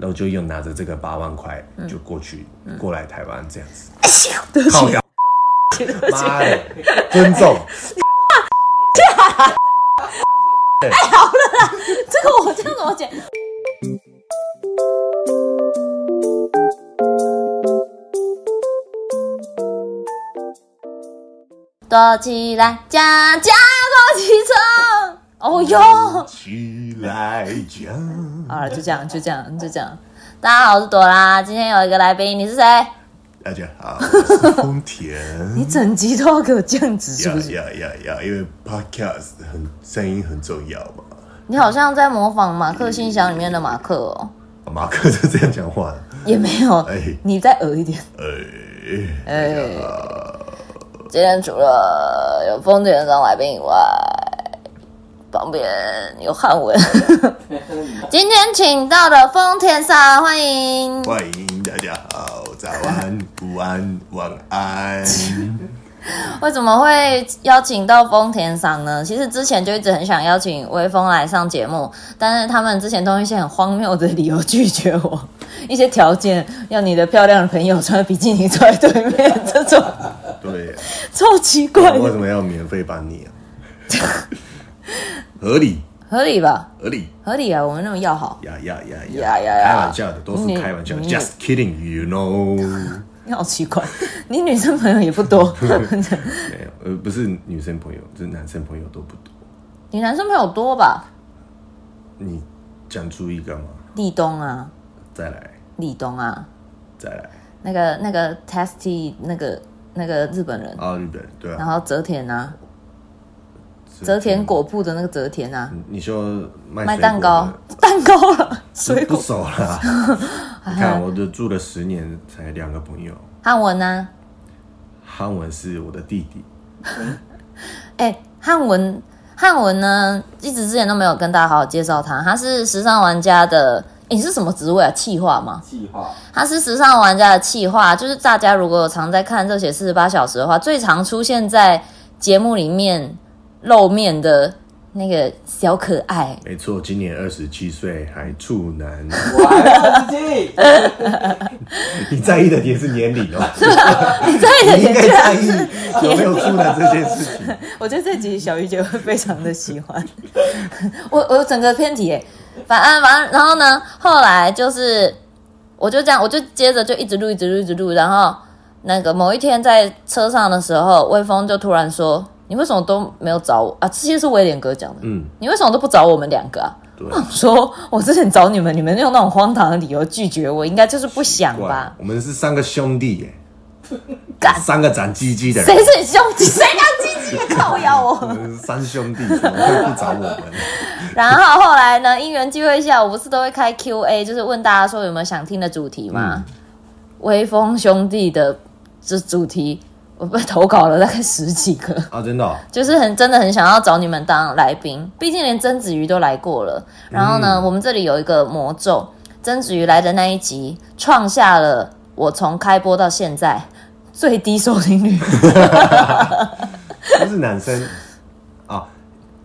后就又拿着这个八万块嗯就过去、过来台湾这样子，哎对不起靠， 腰，对不起，妈的，尊重，这个我这样怎么剪？躲起来，加加多起床。哦哟，起来讲，好了，啊就这样，就这样，就这样。大家好，我是朵拉，今天有一个来宾，你是谁？大家好，我是丰田，你整集都要给我这样子， 是呀不是？呀呀呀，因为 podcast 很声音很重要嘛，你好像在模仿马克信箱里面的马克哦，马克是这样讲话的，也没有哎，你再恶一点。哎，哎，今天除了有丰田当来宾以外，旁边有汉文。今天请到的丰田さん，欢迎。欢迎大家好，早安、午安、晚 安，为什么会邀请到丰田さん呢？其实之前就一直很想邀请微风来上节目，但是他们之前都用一些很荒谬的理由拒绝我， 一些条件，要你的漂亮的朋友穿比基尼坐在对面，这种 对。超奇怪为的，什么要免费帮你啊？ 合理，合理吧？合理，合理啊，我们那么要好。呀呀呀呀呀呀开玩笑的，都是你开玩笑你，just kidding，you know， 你好奇怪，你女生朋友也不多，没有，呃，不是女生朋友，就是男生朋友都不多。 你男生朋友多吧？你讲出一个嘛，立冬啊，再来，立冬啊，再来，那个那个 Testy 那个那个日本人，啊，日本，对然啊，后泽田啊，泽田果铺的那个泽田啊，你，你说卖嗯水卖果蛋糕的，蛋糕了，水不果。熟 啦。你看，我都住了十年，才两个朋友。汉文啊，汉文是我的弟弟，哎、汉文汉文呢，一直之前都没有跟大家好好介绍他，他是时尚玩家的，诶你是什么职位啊？企划吗？计划，它是时尚玩家的企划，就是大家如果有常在看《热血四十八小时》的话，最常出现在节目里面露面的那个小可爱。 没错，今年二十七岁，还处男。我还二十七，你在意的也是年 龄哦，你在意的你应也该这在样意子，有没有出的这件事情。我觉得这集小鱼姐会非常的喜欢。 我我有整个偏题耶，反正反正，然后呢，后来就是我就这样，我就接着就一直录，一直录，一直录，然后那个某一天在车上的时候，微风就突然说：“你为什么都没有找我啊？”这些是威廉哥讲的。嗯，你为什么都不找我们两个啊？对，我说我之前找你们，你们用那种荒唐的理由拒绝我，应该就是不想吧？我们是三个兄弟耶干，三个长鸡鸡的人谁，是兄弟？谁当鸡鸡的靠腰我哦？们是三兄弟，怎么会不找我 们？然后后来呢？因缘际会下，我不是都会开 Q&A，就是问大家说有没有想听的主题嘛？嗯微风兄弟的这主题，我被投稿了大概十几个。 啊，真的哦，就是很真的很想要找你们当来宾，毕竟连曾子瑜都来过了。然后呢，我们这里有一个魔咒，曾子瑜来的那一集创下了我从开播到现在最低收听率。 都是男生啊，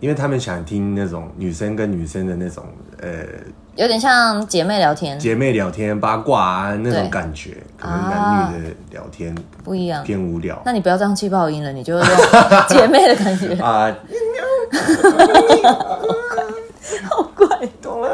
因为他们想听那种女生跟女生的那种呃有点像姐妹聊天，姐妹聊天八卦啊那对种感觉，可能男女的聊天不一样。偏无聊那你不要这样气泡音了，你就会用 姐妹的感觉， 啊， 好怪，懂了，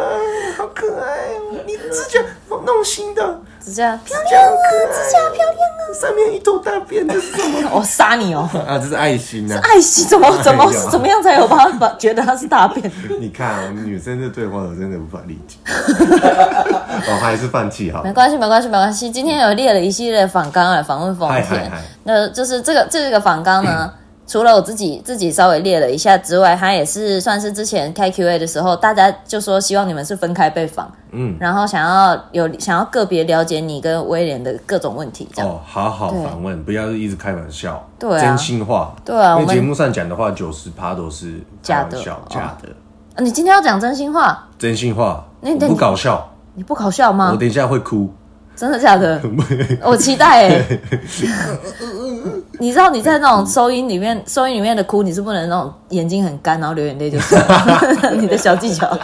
好可爱哦，你直觉弄心的。指甲，这样可指甲漂亮啊，哦上面一头大便，这 是什么？我杀你 哦！啊，这是爱心啊！爱惜怎么怎么哎呦怎么样才有办法觉得它是大便？ 你看，我们女生的对话我真的无法理解，我还是放弃好 没了。关系，没关系，没关系。今天有列了一系列访纲来啊访问丰嗨田嗨嗨，那就是这个这个访 纲呢，除了我自己自己稍微列了一下之外，它也是算是之前开 Q&A 的时候，大家就说希望你们是分开被访，嗯，然后想要有想要个别了解你跟威廉的各种问题，这样。哦，好好访问，不要一直开玩笑，对啊真心话。对啊因我为们节目上讲的话，九十趴都是开玩假的笑哦，假的，啊你今天要讲真心话，真心话，那你啊我不搞笑，你不搞笑我吗？等一下会哭。 真的假的？我期待哎、你知道你在那种收音里面，收音里面的哭，你是不能那种眼睛很干，然后流眼泪，就 是啊你的小技巧。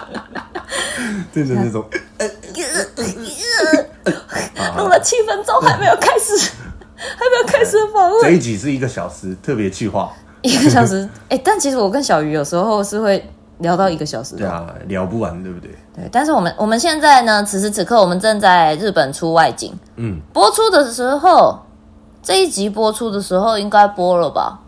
真的那种，七分钟还没有开始，还没有开始访这问，一集是一个小时特别计划，一个小时。哎、但其实我跟小鱼有时候是会聊到一个小时对的。啊，聊不完，对不对？对，但是我们我们现在呢，此时此刻我们正在日本出外景，嗯，播出的时候，这一集播出的时候应该播了吧？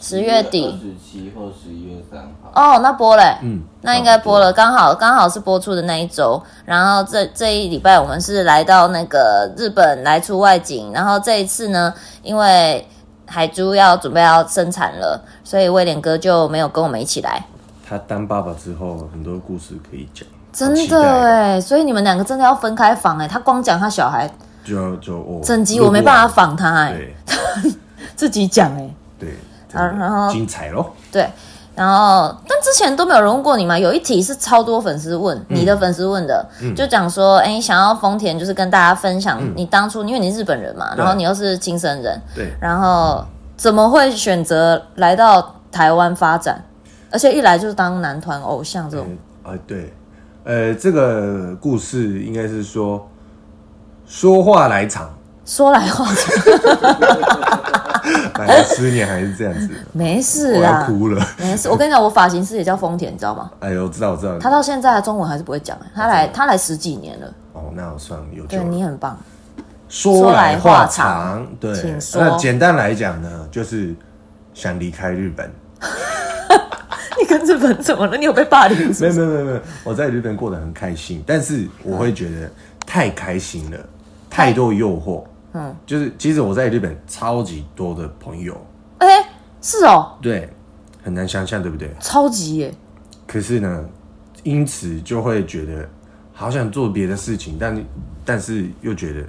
十月二底十七或十一月三号，哦，那播嘞，嗯那应该播了，刚好刚好是播出的那一周。然后这这一礼拜我们是来到那个日本来出外景，然后这一次呢，因为海珠要准备要生产了，所以威廉哥就没有跟我们一起来。他当爸爸之后，很多故事可以讲，好真期的待哦，哎，所以你们两个真的要分开访哎，他光讲他小孩，就就我整集我没办法，访他录不完哎，哦对自己讲哎。对，啊真的 然后精彩咯，对，然后但之前都没有人问过你嘛？有一题是超多粉丝问，你的粉丝问的，就讲说，哎，想要丰田就是跟大家分享你当初，因为你是日本人嘛，对然后你又是亲生人，对，然后怎么会选择来到台湾发展？而且一来就是当男团偶像这种，啊、对，呃，这个故事应该是说说话来 长，说来话长，来了十年还是这样 子，没事我要啊，哭了。 没事。我跟你讲，我发型师也叫丰田，你知道吗？哎呦，我知道我知道，他到现在中文还是不会讲，欸他来他来十几年了，哦，那我算有救对了。你很棒，说来话说来长，对请。说那简单来讲呢，就是想离开日本。 你跟日本怎么了？你有被霸凌是不没是有没有没有没有，我在日本过得很开心，但是我会觉得太开心了，太多诱惑。嗯，就是其实我在日本超级多的朋友，哎、是哦，对，很难想象，对不对？超级耶！可是呢，因此就会觉得好想做别的事情，但但是又觉得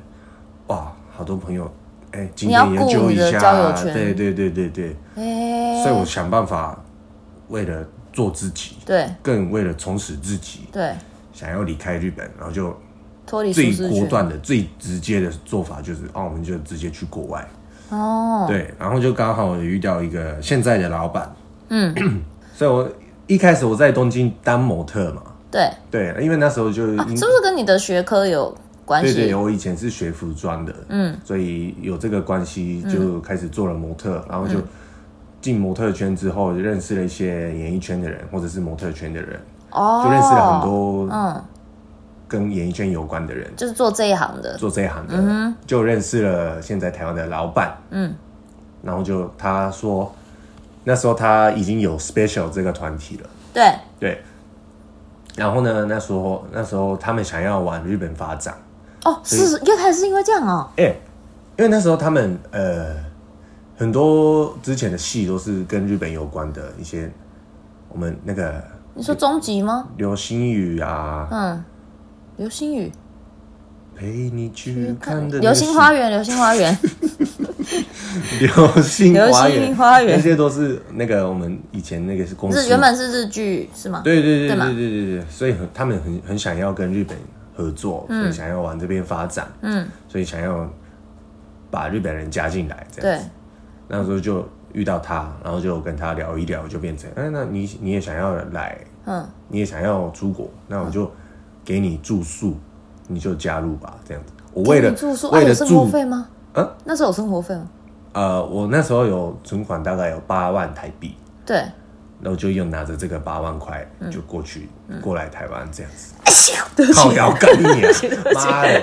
哇，好多朋友，哎、今天你也要要顾揪你一的下交友啊，圈对对对对对，哎、所以我想办法为了做自己，对更为了充实自己，对，想要离开日本，然后就脱离舒最适果圈断的、最直接的做法就是，哦，我们就直接去国外。哦，对，然后就刚好有遇到一个现在的老板，嗯， 所以我一开始我在东京当模特嘛，对对，因为那时候就啊，因是不是跟你的学科有关对嗯系？对，我以前是学服装的，嗯，所以有这个关系就开始做了模特，然后就嗯进模特圈之后，认识了一些演艺圈的人，或者是模特圈的人，哦，就认识了很，多嗯，跟演艺圈有关的人，就是做这一行的，做这一行的，就认识了现在台湾的老板，嗯，然后就他说，那时候他已经有 Special 这个团体了，对，对。然后呢？那时候那时候他们想要往日本发展，哦，所以是一开始是因为这样哦，哎、因为那时候他们呃很多之前的戏都是跟日本有关的一些，我们那个你说终极吗？流星雨啊，嗯，流星雨，陪你去看的那个流星花园，流星 花园，戏、 流星花流园星、花园那些都是那个我们以前那个是公司是原本是日剧是吗？对对对对吗对对对对，所以很他们很很想要跟日本合作，所以想要往这边发展，嗯，所以想要把日本人加进来，这样对子。那时候就遇到他，然后就跟他聊一聊，就变成，哎、那你你也想要来，嗯，你也想要出国，那我就给你住宿，你就加入吧，这样子。我为给了你住宿，啊，为有了生活住，费吗？啊，那时候有生活费吗？呃，我那时候有存款大概有八万台币， 对，然后就又拿着这个八万块就过去、过来台湾这样子，嗯 对不起靠腰干你啊！妈的，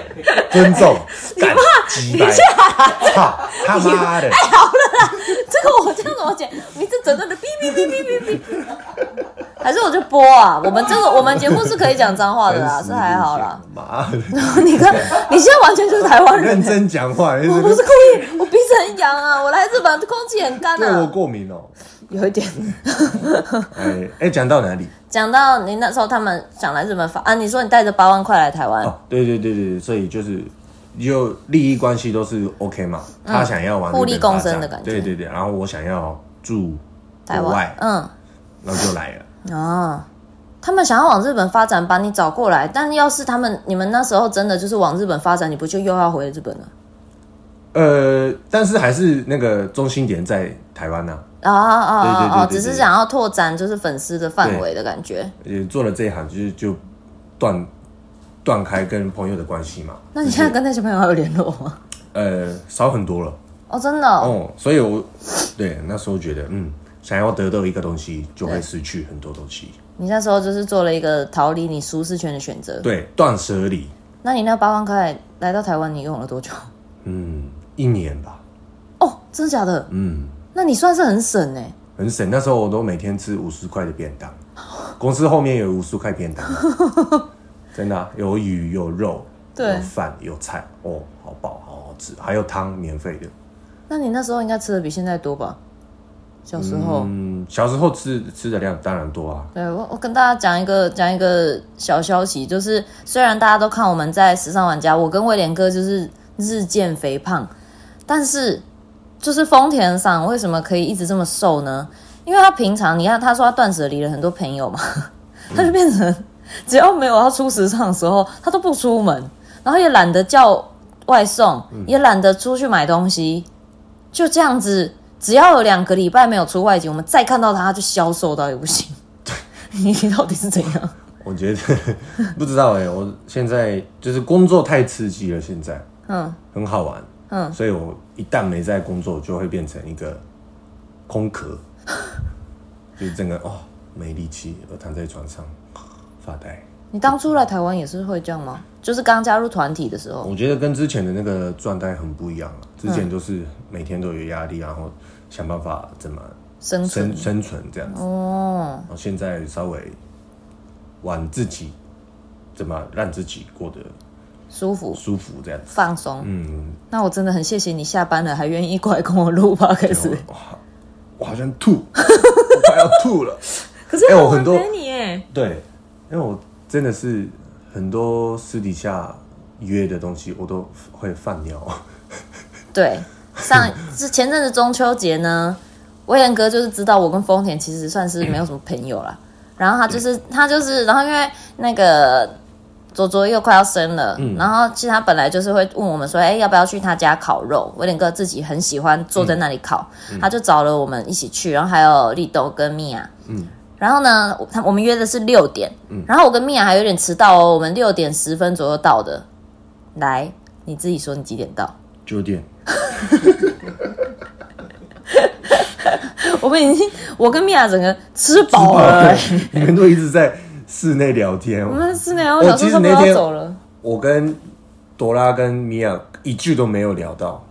尊重，干鸡掰，操 他妈的！这个我这样怎么剪？你这整个的哔哔哔哔哔哔，还是我就播啊？我们这个我们节目是可以讲脏话的 啦，是还好啦。。妈的， 你看，你现在完全就是台湾人认，真讲 话，我我不是故意，我鼻子很痒啊，我来日本空气很干对我啊，过敏哦。有一点。哎哎，讲到哪里？讲到你那时候他们想来日本发啊，你说你带着八万块来台湾，哦，对对对对对，所以就是就利益关系都是 OK 嘛，他想要玩嗯互利日本发展共生的感觉对对对，然后我想要住台国湾外，，嗯，然后就来了。哦，他们想要往日本发展，把你找过来，但要是他们你们那时候真的就是往日本发展，你不就又要回日本了？呃，但是还是那个中心点在台湾啊呐、哦哦对对哦哦，对对只是对想要拓展就是粉丝的范围的感觉。也做了这一行，就是就断断开跟朋友的关系嘛。那你现在跟那些朋友还有联络吗？ 呃少很多了哦，真的哦、哦，所以我对那时候觉得，嗯，想要得到一个东西，就会失去很多东西。你那时候就是做了一个逃离你舒适圈的选择。对，断舍离，那你那八万块来到台湾，你用了多久？嗯，一年吧，哦，真的假的？嗯，那你算是很省哎、很省。那时候我都每天吃五十块的便当，公司后面有五十块便当，真的啊、有鱼有肉，对有饭有菜，哦，好饱，好好吃，还有汤免费的。那你那时候应该吃的比现在多吧？小时候，嗯，小时候吃吃的量当然多啊，对我我跟大家讲一个讲一个小消息，就是虽然大家都看我们在时尚玩家，我跟威廉哥就是日渐肥胖，但是就是丰田赏为什么可以一直这么瘦呢？因为他平常你看他说他断舍离了很多朋友嘛，他就变成只要没有要出时尚的时候，他都不出门，然后也懒得叫外送，也懒得出去买东西，就这样子。只要有两个礼拜没有出外景，我们再看到他，他就消瘦到也不行。 你到底是怎样？我觉得 不知道哎、我现在就是工作太刺激了，现在嗯很好玩，嗯，所以我一旦没在工作，就会变成一个空壳， 就是整个哦没力气，我躺在床上发呆。你当初来台湾也是会这样吗？就是刚加入团体的时候，我觉得跟之前的那个状态很不一样了，嗯之前都是每天都有压力，啊然后想办法怎么生存生生存这样子，哦，然后现在稍微玩自己怎么让自己过得舒服舒服这样子。放松。嗯，啊那我真的很谢谢你下班了还愿意过来跟我录吧，开始。我好我好像 吐，我快要吐了。可是哎我很多陪你哎，对，因为我真的是很多私底下约的东西，我都会放尿。对，上是前阵子中秋节呢，威廉哥就是知道我跟丰田其实算是没有什么朋友啦。然后他就是他就是，然后因为那个左左又快要生了，然后其实他本来就是会问我们说，哎，要不要去他家烤肉？威廉哥自己很喜欢坐在那里烤，他就找了我们一起去，然后还有立冬跟米娅，嗯然后呢，我他我们约的是六点，然后我跟米娅还有点迟到哦，我们六点十分左右到的。来，你自己说你几点到？九点，我们已经，我跟米娅整个吃饱了、欸。你们都一直在室内聊天。我们室内，我想说差不多要走了。我跟朵拉跟米娅一句都没有聊到，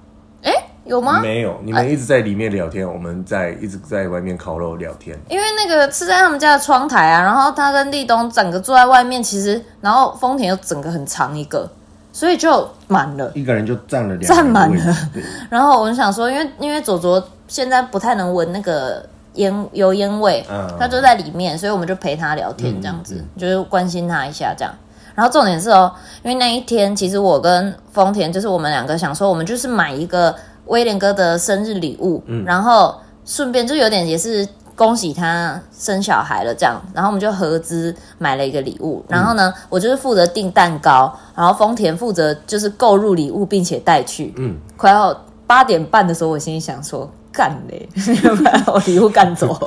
哎、有吗？呃没有，你们一直在里面聊天，我们在一直在外面烤肉聊天。因为那个是在他们家的窗台啊，然后他跟立冬整个坐在外面，其实然后丰田又整个很长一个，所以就满了。一个人就占了两占满个位置了对然后我就想说，因为因为左左现在不太能闻那个烟油烟味，嗯他就在里面，所以我们就陪他聊天这样子，就是关心他一下这样。然后重点是哦，因为那一天其实我跟丰田就是我们两个想说，我们就是买一个威廉哥的生日礼物，然后顺便就有点也是恭喜他生小孩了这样，然后我们就合资买了一个礼物，然后呢，我就是负责订蛋糕，然后丰田负责就是购入礼物并且带去，嗯，快要八点半的时候，我心里想说。干嘞！ 把我礼物干走，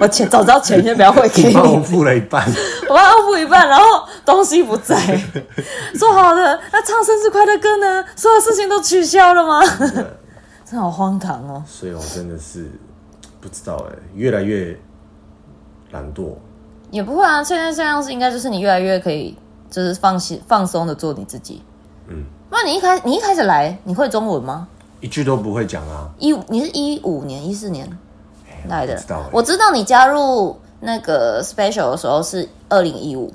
我钱早知道钱就不要汇给你你，帮我付了一半， 我帮他付一半，然后东西不 在，说好的那唱生日快乐歌呢？所有事情都取消了吗？ 真好荒唐哦！所以我真的是不知道哎、越来越懒惰。也不会啊，现在这样是应该就是你越来越可以就是放心放松的做你自己。嗯，那你一开你一开始来你会中文吗？一句都不会讲啊，一你是一五年一四年哎来我的不知道欸、我知道你加入那个 special 的时候是二零一五，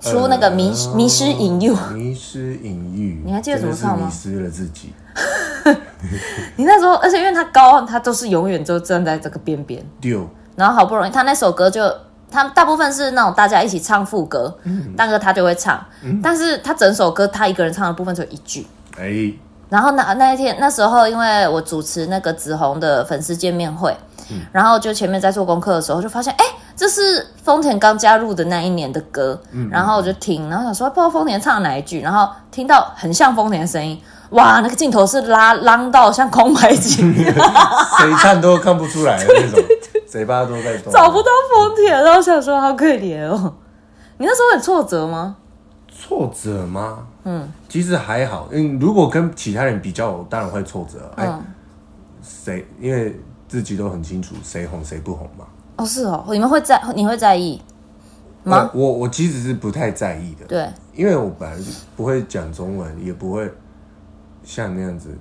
出那个迷、呃迷失引诱， 迷失隐喻，你还记得怎么唱吗真的是迷失了自己，你那时候而且因为他高，他都是永远就站在这个边边。六然后好不容易他那首歌就他大部分是那种大家一起唱副歌，但是他就会唱，但是他整首歌他一个人唱的部分只有一句。哎， 然后那那一天那时候，因为我主持那个紫红的粉丝见面会，然后就前面在做功课的时候就发现，哎，这是丰田刚加入的那一年的歌，然后我就听，然后想说不知道丰田唱哪一句，然后听到很像丰田的声音，哇，那个镜头是拉浪到像空白景，谁看都看不出来的那种，嘴巴都在动，找不到丰田，然后想说好可怜哦。你那时候很挫折吗？挫折吗？嗯，其实还好，嗯，如果跟其他人比较，当然会挫折。哎，嗯谁因为自己都很清楚谁红谁不红嘛。哦，是哦，你们会在你会在意吗呃？我我其实是不太在意的，对，因为我本来就不会讲中文，也不会像那样子，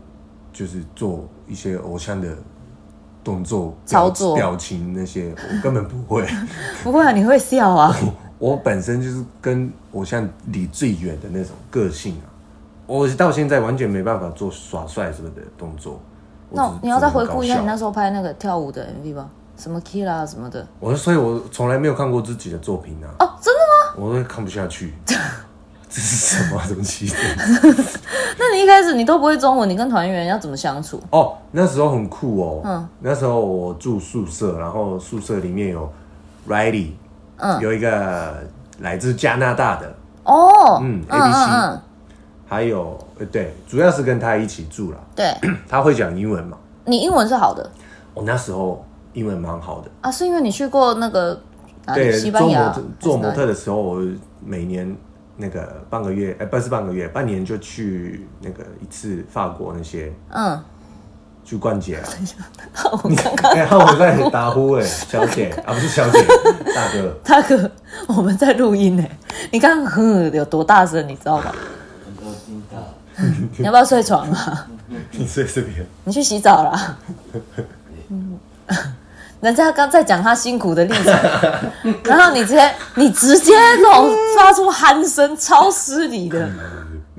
就是做一些偶像的动作、表操作表情那些，我根本不会。不会啊，你会笑啊。我本身就是跟偶像离最远的那种个性啊，我到现在完全没办法做耍帅什么的动作。我 那 只你要再回顾一下只你能搞那笑时候拍那个跳舞的 MV 吧，什么 Kira 啊什么的。我所以，我从来没有看过自己的作品啊，哦，真的吗？我都看不下去。 这是什么东西？ 那你一开始你都不会中文，你跟团员要怎么相处？哦，那时候很酷哦。嗯那时候我住宿舍，然后宿舍里面有 Riley，嗯有一个来自加拿大的，哦，嗯嗯 ABC 嗯，还有呃对，主要是跟他一起住啦。对，他会讲英文嘛？你英文是好的我、那时候英文蛮好的。啊，是因为你去过那个哪里？对，西做班牙模特做模还是哪特里的时候，我每年那个半个月，哎、不是半个月，半年就去那个一次法国那些嗯，去逛街啊。 我刚刚哎、浩文在打呼哎、小姐啊，不是小姐，大哥，大哥，我们在录音呢，你刚刚哼有多大声，你知 道吗？我都听到了，你要不要睡床啊？你睡这边。你去洗澡 啦。嗯，人家刚在讲他辛苦的历 程，然后你直接你直接那种发出鼾声，超失礼的。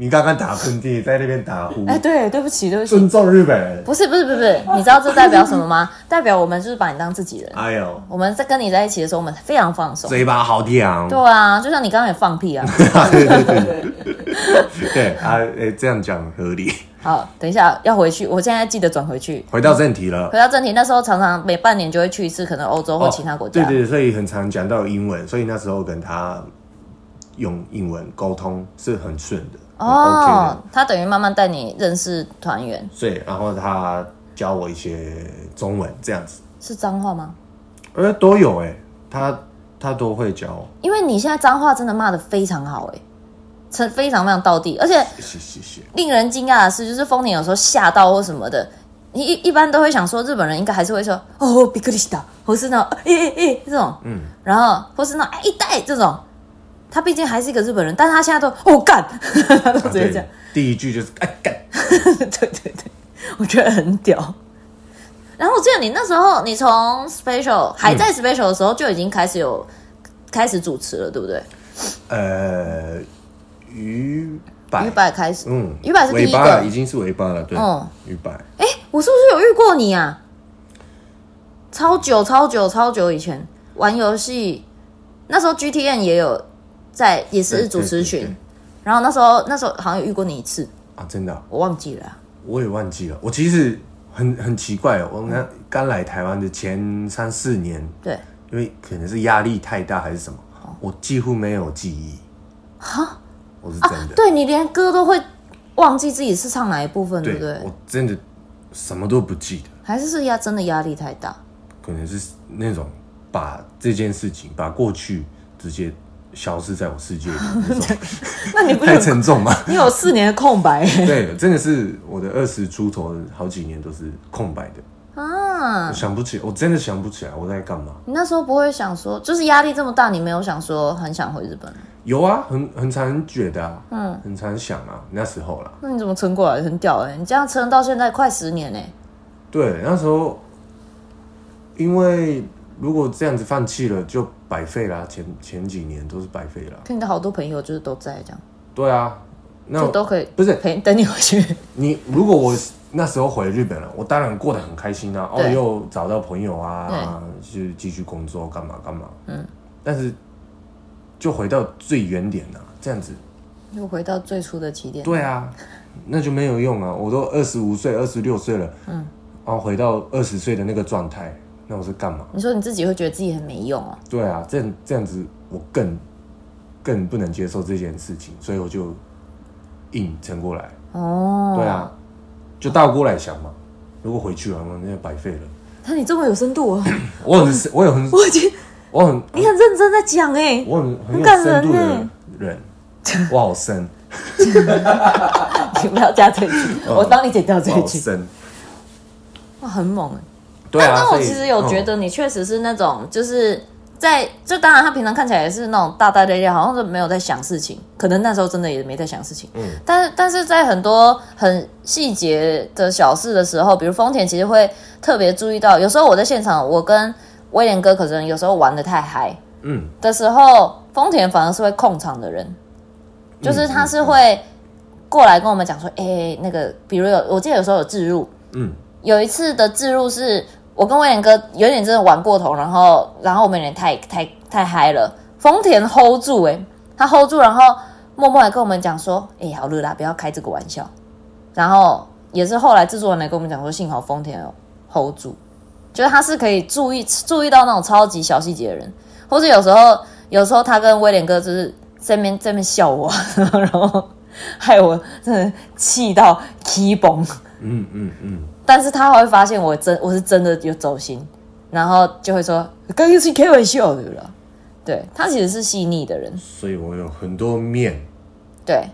你刚刚打喷嚏，在那边打呼，哎、对，对不起，对不起，尊重日本人。不是不是不是不是，你知道这代表什么吗？代表我们就是把你当自己人。哎呦，我们在跟你在一起的时候，我们非常放松。嘴巴好哦甜。对啊，就像你刚刚也放屁啊。对对对对，对啊，哎、这样讲合理。好，等一下要回去，我现在记得转回去。回到正题了回。到正题，那时候常常每半年就会去一次，可能欧洲或其他国家。哦对对，所以很常讲到英文，所以那时候跟他用英文沟通是很顺的，很嗯 OK 的哦，他等于慢慢带你认识团员，所以然后他教我一些中文这样子，是脏话吗？呃，都有哎、他他都会教我，因为你现在脏话真的骂的非常好、欸，哎，成非常非常到地，而且谢谢谢。令人惊讶的是，就是丰田有时候吓到或什么的，你一一般都会想说日本人应该还是会说哦，びっくりした，或是那种诶诶诶这种，嗯，然后或是那种哎一代这种，他毕竟还是一个日本人，但是他现在都哦干， 他都啊直接讲，，对第一句就是哎干， 对对对，我觉得很屌。然后我记得你那时候，你从 special 还在 special 的时候就已经开始有、开始主持了，对不对？呃，鱼摆于百开始，嗯，鱼摆是第一尾巴了个已经是尾巴了，对哦，鱼摆。哎、我是不是有遇过你啊？超久超久超久以前玩游戏，那时候 GTN 也有在，也对是对主持对对群。然后那时候那时候好像有遇过你一次，啊，真的啊、我忘记了啊、我也忘记了。我其实很很奇怪哦，我刚嗯刚来台湾的前三四年，对，因为可能是压力太大还是什么，哦我几乎没有记忆。哈，我是真的，啊对你连歌都会忘记自己是唱哪一部分，对不对？我真的什么都不记得，还是是压真的压力太大？可能是那种把这件事情，把过去直接消失在我世 界里那种，那你不太沉重 吗？你有四年的空白对，真的是我的二十出头的好几年都是空白的，啊我！想不起，我真的想不起来我在干嘛。你那时候不会想说，就是压力这么大，你没有想说很想回日本？有啊，很很常觉得啊，嗯，很常想啊，那时候啦，那你怎么撑过来？很屌哎、你这样撑到现在快十年哎、对，那时候，因为如果这样子放弃了，就白费啦，前前几年都是白费啦。可你的好多朋友就是都在这样，对啊，那就都可以不是陪等你回去。你，如果我那时候回日本了，我当然过得很开心啊，哦，对又找到朋友啊，就是继续工作干嘛干嘛，嗯，但是就回到最原点啊，这样子又回到最初的起点，对啊，那就没有用啊！我都二十五岁、二十六岁了，嗯，然后回到二十岁的那个状态，那我是干嘛？你说你自己会觉得自己很没用哦、对啊，这样这样子我更更不能接受这件事情，所以我就硬撑过来。哦，对啊，就倒过来想嘛，如果回去玩，那就白费了。那你这么有深度 哦、我很我有很我已经我很你很认真在讲哎、我很很有很感深度人的欸人，我好深， 你不要加这一句，哦我帮你剪掉 这我一好句。深。哇，很猛哎！哦对啊，但但我所以其实有觉，嗯得你确实是那种，就是在就当然他平常看起来也是那种大大咧咧，好像是没有在想事情，可能那时候真的也没在想事情。嗯，但是但是在很多很细节的小事的时候，比如丰田其实会特别注意到，有时候我在现场，我跟威廉哥可能有时候玩的太嗨，嗯，的时候，丰田反而是会控场的人，就是他是会过来跟我们讲说，哎、那个，比如有，我记得有时候有置入，嗯，有一次的置入是我跟威廉哥有点真的玩过头，然后然后我们有点太太太嗨了，丰田 hold 住、欸，他 hold 住，然后默默来跟我们讲说，哎、好了啦，不要开这个玩笑，然后也是后来制作人来跟我们讲说，幸好丰田有 hold 住，就是他是可以注意注意到那种超级小细节的人，或者有时候有时候他跟威廉哥就是在面在面笑我，然后害我真的气到 k 崩，嗯嗯嗯，但是他会发现我真我是真的有走心，然后就会说刚刚是开玩笑的啦，对他其实是细腻的人，所以我有很多面，对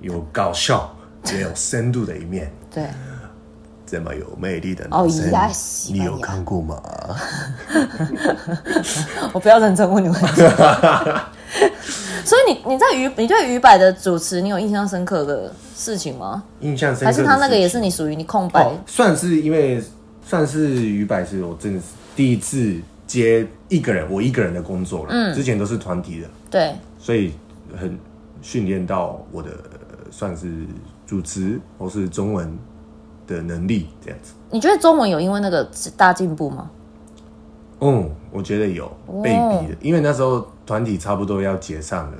有搞笑，也有深度的一面。 对，这么有魅力的男哦生呀西你班牙有看过吗？我不要认真问你问题。 所以你你在鱼你对鱼摆的主持，你有印象深刻的事情吗？印象深刻的还事是情，他那个也是你属于你空白？哦，算是因为算是于百是我真的是第一次接一个人，我一个人的工作了。嗯，之前都是团体的，对，所以很训练到我的呃算是主持或是中文的能力这样子。你觉得中文有因为那个大进步吗？嗯，我觉得有哦被逼的，因为那时候团体差不多要解散了。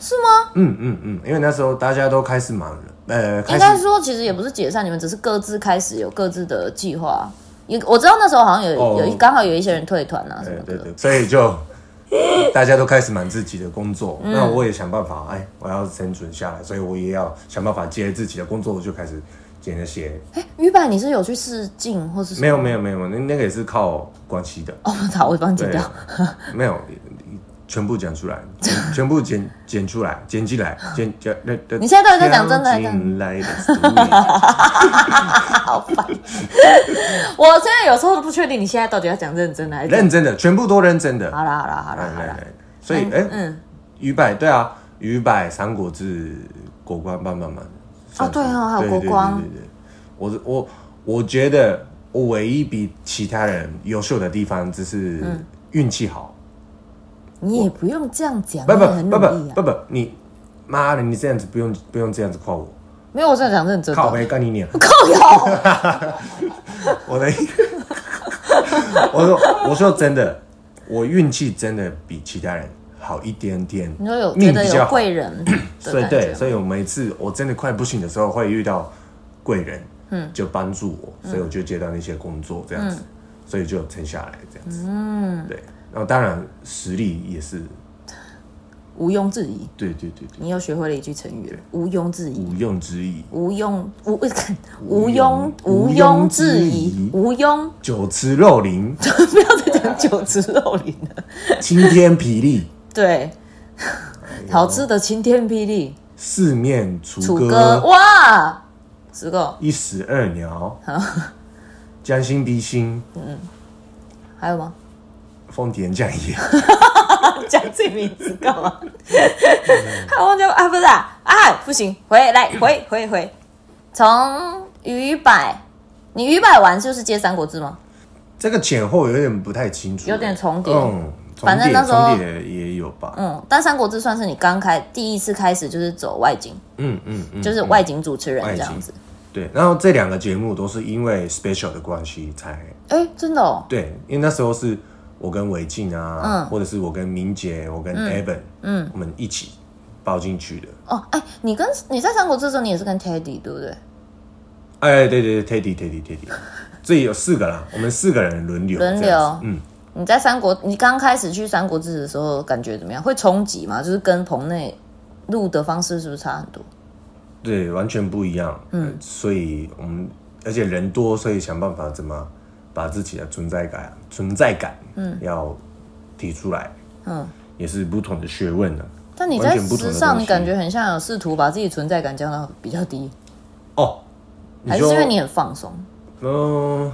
是吗？嗯嗯嗯，因为那时候大家都开始忙了，呃，应开始该说其实也不是解散，你们只是各自开始有各自的计划。也我知道那时候好像有、哦有一刚好有一些人退团啊什对么的。呃对对，所以就 大家都开始忙自己的工作，嗯那我也想办法，哎，我要生存下来，所以我也要想办法接自己的工作，我就开始剪那些。哎、鱼摆你是有去试镜或是什么没有没有没有，那那个也是靠关系的，哦，好，我帮你剪对掉。，没有。全部讲出来，全全部剪剪出来，剪进来，剪剪那那。你现在到底在讲真的还是跳进来的 我现在有时候不确定你现在到底要讲认真的还是认真的，全部都认真的。哎好啦好啦好啦来好来啦，来，所以哎，嗯，鱼百对啊，鱼百三国志国光棒棒棒哦对哦还有国光对对对对我我我觉得我唯一比其他人优秀的地方，只是嗯运气好。你也不用这样讲，不你也很不努不力不啊。不不，你妈的，你这样子不用不用这样子夸我，没有，我真的讲认真靠的。呗，干你娘！ 靠腰， 我的， 我说我说真的，我运气真的比其他人好一点点。你说有觉命得比较有好贵人的所以感对，觉吗，所以我每次我真的快不行的时候，会遇到贵人，嗯，就帮助我，所以我就接到那些工作这嗯样子，所以就撑下来这样子，嗯，对。然后当然实力也是，毋庸置疑。对对对对，你又学会了一句成语了，毋庸置疑。毋庸置疑，无庸 无无无庸庸无无庸庸置置疑 疑，无庸酒池肉 林，不要再讲酒池肉林了。青天霹雳，对，哎好吃的晴天霹雳，四面楚楚歌歌，哇，十个一石二鸟，将心比心，还有吗？丰田酱也， 讲自己名字干嘛？嗯还忘记啊？不是啊，啊不行，回来回回回，从鱼摆，你鱼摆完就是接《三国志》吗？这个前后有点不太清楚，有点重叠嗯，重反正叠那时候重叠也有吧，嗯，但《三国志》算是你刚开第一次开始就是走外景，嗯嗯嗯，就是外景主持人外这景样子。对，然后这两个节目都是因为 special 的关系才哎、真的哦，对，因为那时候是我跟韦静啊，嗯或者是我跟明杰，我跟 Evan，嗯，我们一起包进去的。哦，哎、你跟你在《三国志》的时候，你也是跟 Teddy 对不对？哎，对对对，Teddy Teddy Teddy，这里有四个啦，我们四个人轮流轮流这样子嗯，你在三国，你刚开始去《三国志》的时候，感觉怎么样？会冲击吗？就是跟棚内录的方式是不是差很多？对，完全不一样。嗯，所以我们而且人多，所以想办法怎么把自己的存在感存在感，嗯，要提出来，嗯，也是不同的学问呢、啊但你完在全不同的时尚，东你西感觉很像有试图把自己存在感降到比较低，哦，还是就因为你很放松？嗯、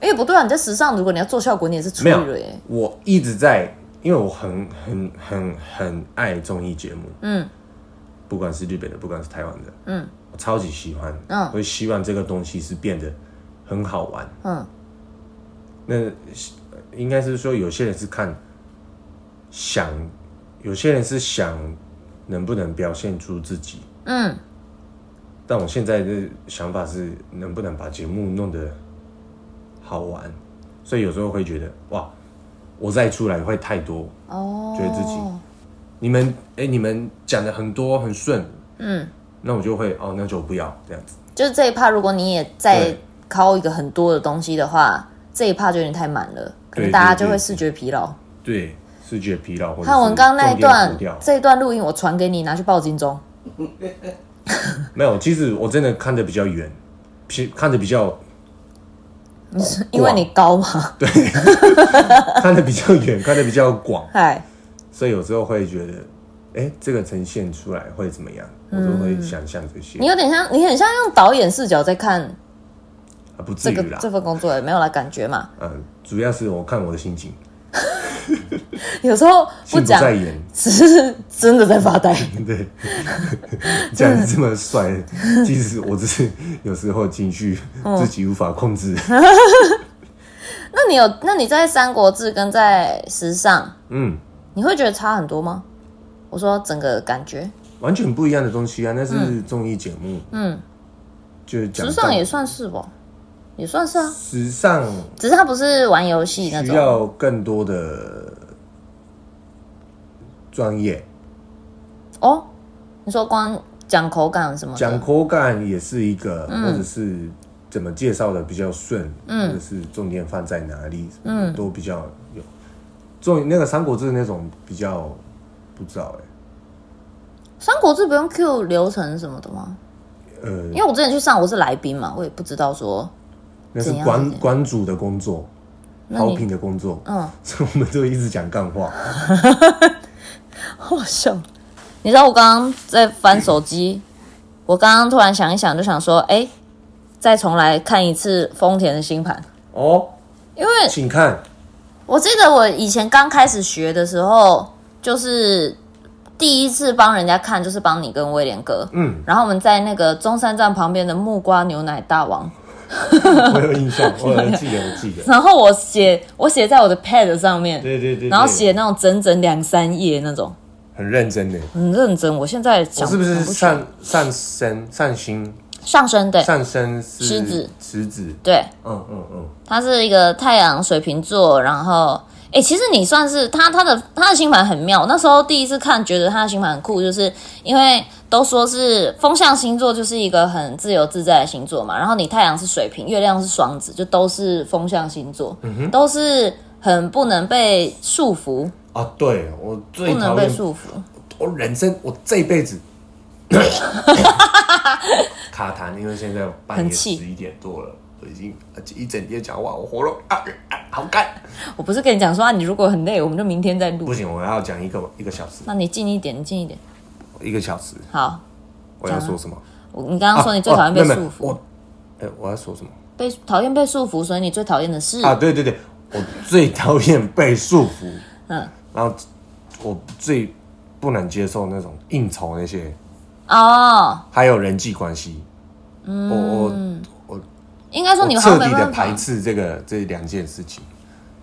哎、不对啊，你在时尚，如果你要做效果，你也是出没有了耶。，我一直在，因为我很很很很爱综艺节目，嗯，不管是日本的，不管是台湾的，嗯，我超级喜欢，嗯我会希望这个东西是变得很好玩。嗯那呃应该是说，有些人是看想，有些人是想能不能表现出自己，嗯，但我现在的想法是，能不能把节目弄得好玩？所以有时候会觉得，哇，我再出来会太多。哦，觉得自己你们，哎、你们讲的很多很顺，嗯，那我就会，哦，那就不要这样子。就是这一趴，如果你也再对靠一个很多的东西的话，这一趴就有点太满了，可能对大家对就会对视觉疲劳。对，视觉疲劳或者汉文刚那一一段，掉。这一段录音我传给你，拿去报金钟。没有，其实我真的看得比较远，其看得比较 因为你高嘛， 看得比较远，看得比较广，嗨，所以有时候会觉得，哎、这个呈现出来会怎么样？我都嗯会想象这些你，有点像，你很像用导演视角在看啊，不至这于个啦。这份工作，没有啦，感觉嘛，嗯，主要是我看我的心情，有时候不心不讲，在焉。只是真的在发呆。 对， 讲得这么 帅，其实我只是有时候情绪哦自己无法控 制。那你有，那你在《三国志》跟在时尚，嗯，你会觉得差很多吗？我说整个感觉，完全不一样的东西啊，那是综艺节目，嗯，就是讲时到尚也算是吧，也算是啊，时尚只是他不是玩游戏那需种，要更多的专业，哦，你说光讲口感什么讲的，嗯口感也是一个，或者是怎么介绍的比较顺，或者是重点放在哪里，嗯，都比较有。重那个《三国志》那种比较不知道哎、 《三国志》不用 Q 流程什么的吗？呃因，为我之前去上我是来宾嘛，我也不知道说，那是怎样馆怎样馆主的工作，那好你评的工作，嗯，所以我们就一直讲干话。好笑。你知道我刚刚在翻手机，我刚刚突然想一想，就想说，哎、再重来看一次丰田的新盘，哦，因为请看，我记得我以前刚开始学的时候，就是第一次帮人家看，就是帮你跟威廉哥， 嗯，然后我们在那个中山站旁边的木瓜牛奶大王，我有印象，我有记得，我记得。然后我写我写在我的 pad 上面，对对对对然后写那种整整两三页那种，很认真的，很认真。我现在我讲是不是想起上上身上心上升对上身是哎狮子狮子，对，嗯嗯嗯，他是一个太阳水瓶座，然后诶，其实你算是他他的他的星盘很妙。那时候第一次看，觉得他的星盘很酷，就是因为都说是风象星座就是一个很自由自在的星座嘛。然后你太阳是水瓶，月亮是双子，就都是风象星座，嗯都是很不能被束缚，啊，对我最不能讨被厌，束缚。我人生我这辈子卡痰，因为现在半很夜气十一点多了，我已经一整天讲话，我喉咙啊啊好干，我不是跟你讲说啊，你如果很累，我们就明天再录不。行，我要讲一个一个小时，那你近一点，你近一点。一个小时，好，我要说什么？我你刚刚啊说你最讨厌被啊哦没有束没有缚，我呃，我要说什么被讨厌被束缚，所以你最讨厌的是啊？对对对，我最讨厌被束缚，嗯。 然后我最不能接受那种应酬那些，哦，还有人际关系，嗯我我我应该说你我好彻像没底的办排法，斥这个这两件事情。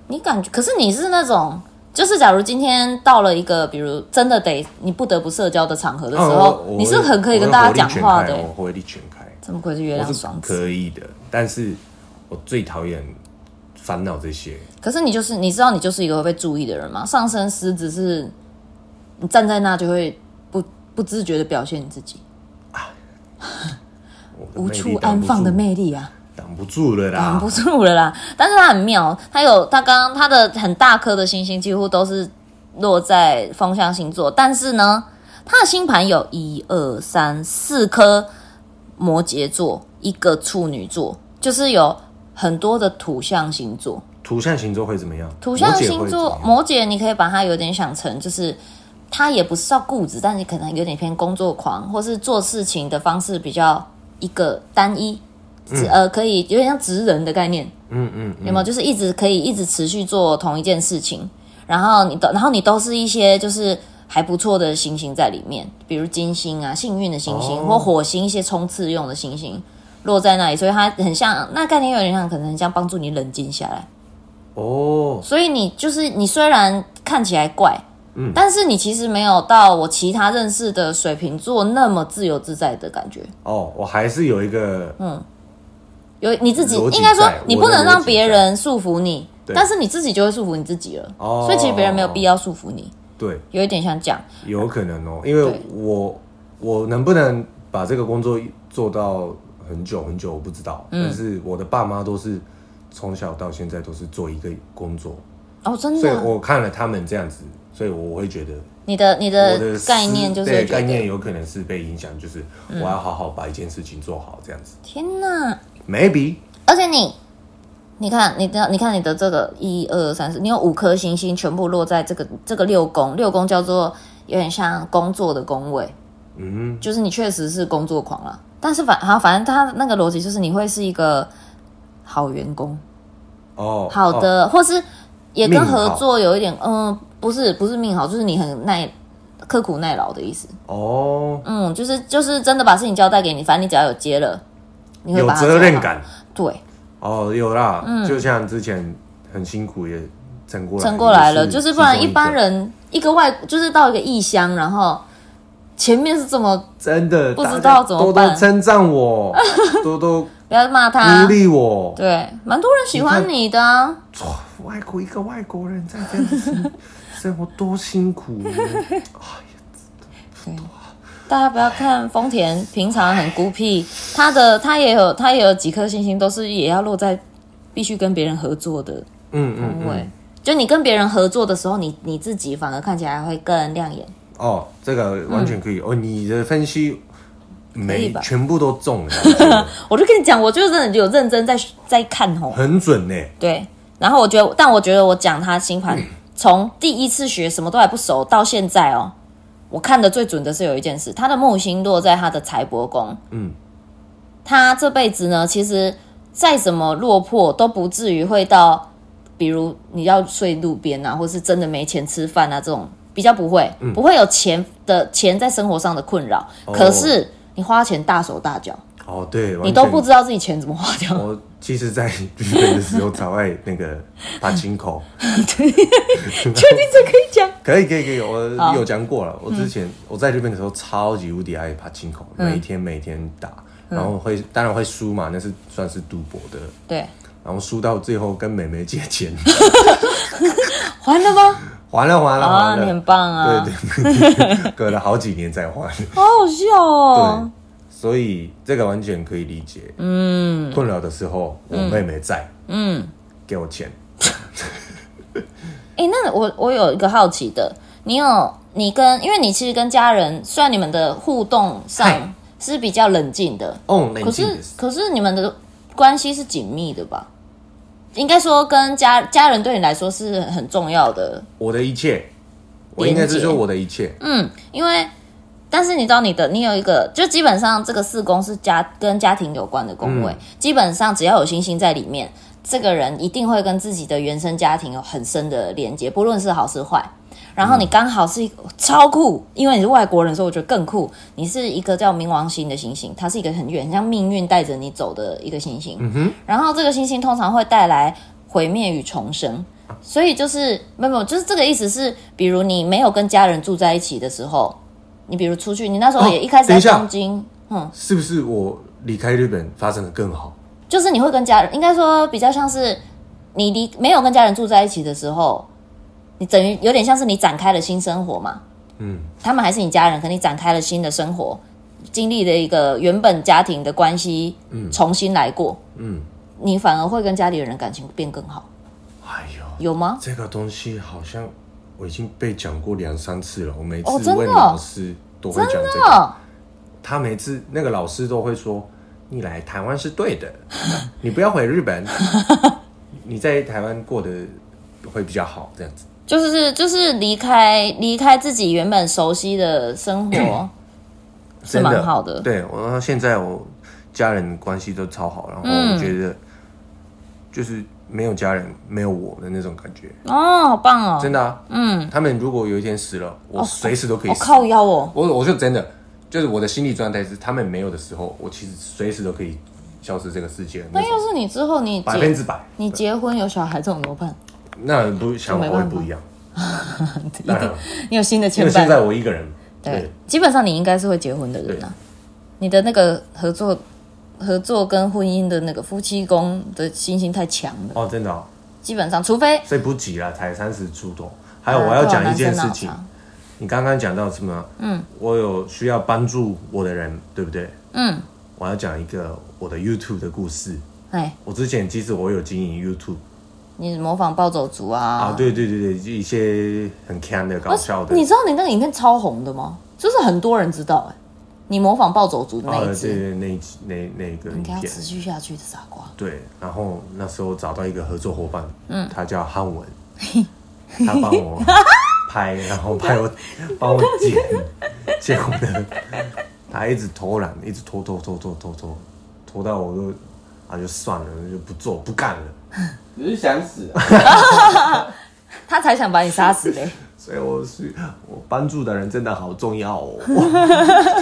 你感觉，可是你是那种，就是假如今天到了一个，比如真的得你不得不社交的场合的时啊候，我我你是很可以跟大家讲话的我欸。火力全开，怎么会是月我火力全开，哦亮我是双子？可以的，但是我最讨厌烦恼这些。可是你就是你知道你就是一个会被注意的人嘛。上升狮子是，你站在那就会不不自觉的表现你自己，我的无魅力处挡安不放的住魅力啊。挡不住了挡啦不。住了啦。 但是它很妙，它有它刚刚它的很大颗的星星几乎都是落在风象星座，但是呢，它的星盘有一二三四颗摩羯座，一个处女座，就是有很多的土象星座。土象星座会怎么样？土象摩羯会星座怎么样摩羯，你可以把它有点想成就是他也不是叫固执，但是可能有点偏工作狂，或是做事情的方式比较一个单一，只呃可以有点像职人的概念，嗯嗯嗯，有没有？就是一直可以一直持续做同一件事情，然后你都然后你都是一些就是还不错的行星在里面，比如金星啊、幸运的行星、哦或火星一些冲刺用的行星落在那里，所以它很像那概念有点像，可能很像帮助你冷静下来。哦，所以你就是你虽然看起来怪，嗯但是你其实没有到我其他认识的水瓶座那么自由自在的感觉。哦，我还是有一个，嗯有你自己逻辑应该说在你我不的逻能让辑别在人束缚你，对但是你自己就会束缚你自己了。哦所以其实别人没有必要束缚你，对，有一点像这样。有可能哦，因为对我我能不能把这个工作做到很久很久，我不知道。嗯但是我的爸妈都是从小到现在都是做一个工作，哦，真所以的，我看了他们这样子，所以我会觉得你的你我的的思概念就是对觉概得念有可能是被影响，就是我要好好把一件事情做好这样子。天哪！ Maybe 而且你，你看你的，你看你的这个一二三四，你有五颗星星全部落在这个这个六宫，六宫叫做有点像工作的宫位，嗯，就是你确实是工作狂了。但是反好，反正他那个逻辑就是你会是一个好员工，哦，好哦，的，或是也跟命好合作有一点，嗯，不是不是命好，就是你很耐刻苦耐劳的意思。哦，嗯，就是就是真的把事情交代给你，反正你只要有接了，你会有把它责做任好。感，对，哦，有啦，就像之前很辛苦也撑过来，撑过来了，也就是不然其中一个般人一个外就是到一个异乡，然后前面是这么真的不知道怎么办大家多多称赞 我，多多不要骂他鼓，励我。对，蛮多人喜欢你的啊、哇外国一个外国人在这样子生生活多辛苦哦呢， 对，大家不要看丰田平常很孤僻，他的他也有他也有几颗星星都是也要落在必须跟别人合作的嗯嗯工位，嗯，就你跟别人合作的时候，你你自己反而看起来会更亮眼。哦，这个完全可以、哦，你的分析嗯可以没吧全部都中了，我觉 得我就跟你讲，我就真的有认真在在看 吼。很准呢、对，然后我觉得，但我觉得我讲他星盘，从第一次学什么都还不熟到现在哦，我看的最准的是有一件事，他的木星落在他的财帛宫，嗯，他这辈子呢，其实再怎么落魄都不至于会到，比如你要睡路边啊，或是真的没钱吃饭啊这种，比较不会，不会有钱的钱在生活上的困扰，嗯哦可是你花钱大手大脚，哦，对，你完全哦都不知道自己钱怎么花掉。我其实，在日本的时候， 超爱那个把金口，确定这可 以讲？可以可以可以，我好嗯有讲过了。我之前我在日本的时候，超级无敌爱爬进口，每天每天打，然后会当然会输嘛，那是算是赌博的。对，然后输到最后跟妹妹借钱， 还了吗？还了还了啊，还你很了，棒啊！对对， 隔了好几年才 还。好好笑对哦。，所以这个完全可以理解。嗯，困扰的时候我妹妹在，嗯，给我钱，哎、那我我有一个好奇的，你有你跟，因为你其实跟家人，虽然你们的互动上嗨是比较冷静的，哦，冷可静是的是可是你们的关系是紧密的吧？应该说跟家家人对你来说是很重要的，我的一切，我应该是说我的一切，嗯，因为但是你知道你的，你有一个，就基本上这个四宫是家跟家庭有关的宫位，基本上只要有星星在里面，这个人一定会跟自己的原生家庭有很深的连接，不论是好是坏。然后你刚好是一个超酷，因为你是外国人，所以我觉得更酷。你是一个叫冥王星的星星，它是一个很远，很像命运带着你走的一个星星。然后这个星星通常会带来毁灭与重生，所以就是没有没有，就是这个意思是，比如你没有跟家人住在一起的时候，你比如出去，你那时候哦也一开始等在一下东京，嗯，是不是我离开日本发展的更好？就是你会跟家人，应该说比较像是你离没有跟家人住在一起的时候，你等于有点像是你展开了新生活嘛，嗯，他们还是你家人，可你展开了新的生活，经历了一个原本家庭的关系，重新来过，嗯，你反而会跟家里的人感情变更好，哎呦，有啊吗？这个东西好像我已经被讲过两三次了。我每哦次真的问哦老师都会讲这个，哦，他每次那个老师都会说：“你来台湾是对 的，你不要回日本，你在台湾过得会比较好。”这样子，就是就是离开离开自己原本熟悉的生嗯活，是真蛮好的对我到现在我家人关系都超好，然后嗯我觉得就是没有家人没有我的那种感觉，哦，好棒哦！真的啊。嗯，他们如果有一天死了，我随时都可以我、死。靠腰哦，我我就真的就是我的心理状态是，他们没有的时候，我其实随时都可以消失这个世界，那要是你之后你百分结之百。你结婚有小孩这种怎么办？那不想法就没会办法不一样， 一当然定，你有新的因牵为现在绊。我一个人，对，基本上你应该是会结婚的人啊。你的那个合作、合作跟婚姻的那个夫妻宫的星星太强了，哦，真的哦，基本上除非所以不急了，才三十出头。还有哎啊我要讲一件事情，你刚刚讲到什么？嗯，我有需要帮助我的人，对不对？嗯，我要讲一个我的 YouTube 的故事。哎，我之前其实我有经营 YouTube 你模仿暴走族啊，哦啊，对对对对，一些很 can 的搞笑的你，知道你那个影片超红的吗？就是很多人知道哎、你模仿暴走族的那啊，一对对支，对那一集那那个影你要片，持续下去的傻瓜。对。然后那时候找到一个合作伙伴，嗯，他叫汉 文，他帮我拍，然后拍 我帮我剪，结果呢，他一直偷懒，一直拖拖拖拖拖拖，拖到我都啊就算了，就不做不干了。只是想死啊，他才想把你杀死嘞！ 所以我是我帮助的人真的好重要哦。嗯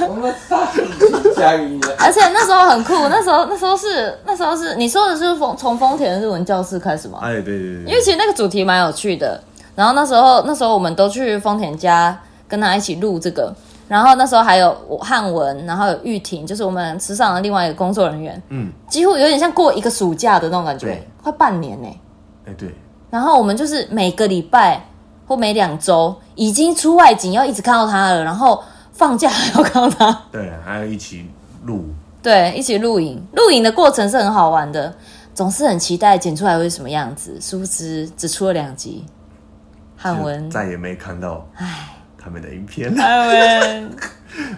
我们杀死金枪鱼 了。而且那时候很酷，那时候那时候是那时候是你说的是丰从丰田的日文教室开始吗？哎，对对对因为其实那个主题蛮有趣的。然后那时候那时候我们都去丰田家跟他一起录这个，然后那时候还有我汉文，然后有玉婷，就是我们池上的另外一个工作人员，嗯，几乎有点像过一个暑假的那种感觉对，快半年呢、欸哎对，然后我们就是每个礼拜或每两周已经出外景，要一直看到他了，然后放假还要看到他，对，还有一起录， 对，一起露营。露营的过程是很好玩的，总是很期待剪出来会是什么样子。殊不知只出了两集，汉文就，再也没看到唉，他们的影片 了。汉文，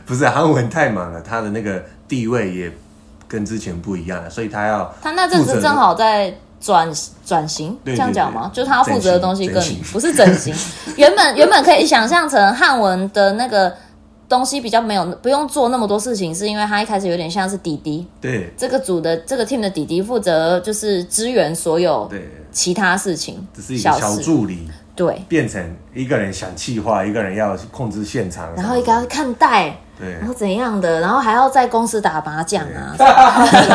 不是韩文太忙了，他的那个地位也跟之前不一样了，所以他要他那阵负责子的正好在。转转型对这样讲吗？对对就他要负责的东西更整形不是整形， 原本原本可以想象成汉文的那个东西比较没有不用做那么多事情，是因为他一开始有点像是弟弟，对这个组的这个 team 的弟弟负责就是支援所有对，其他事情，只是一个小事助理，对，变成一个人想气话，一个人要控制现场，然后一个要看待，对然后怎样的，然后还要在公司打麻将啊，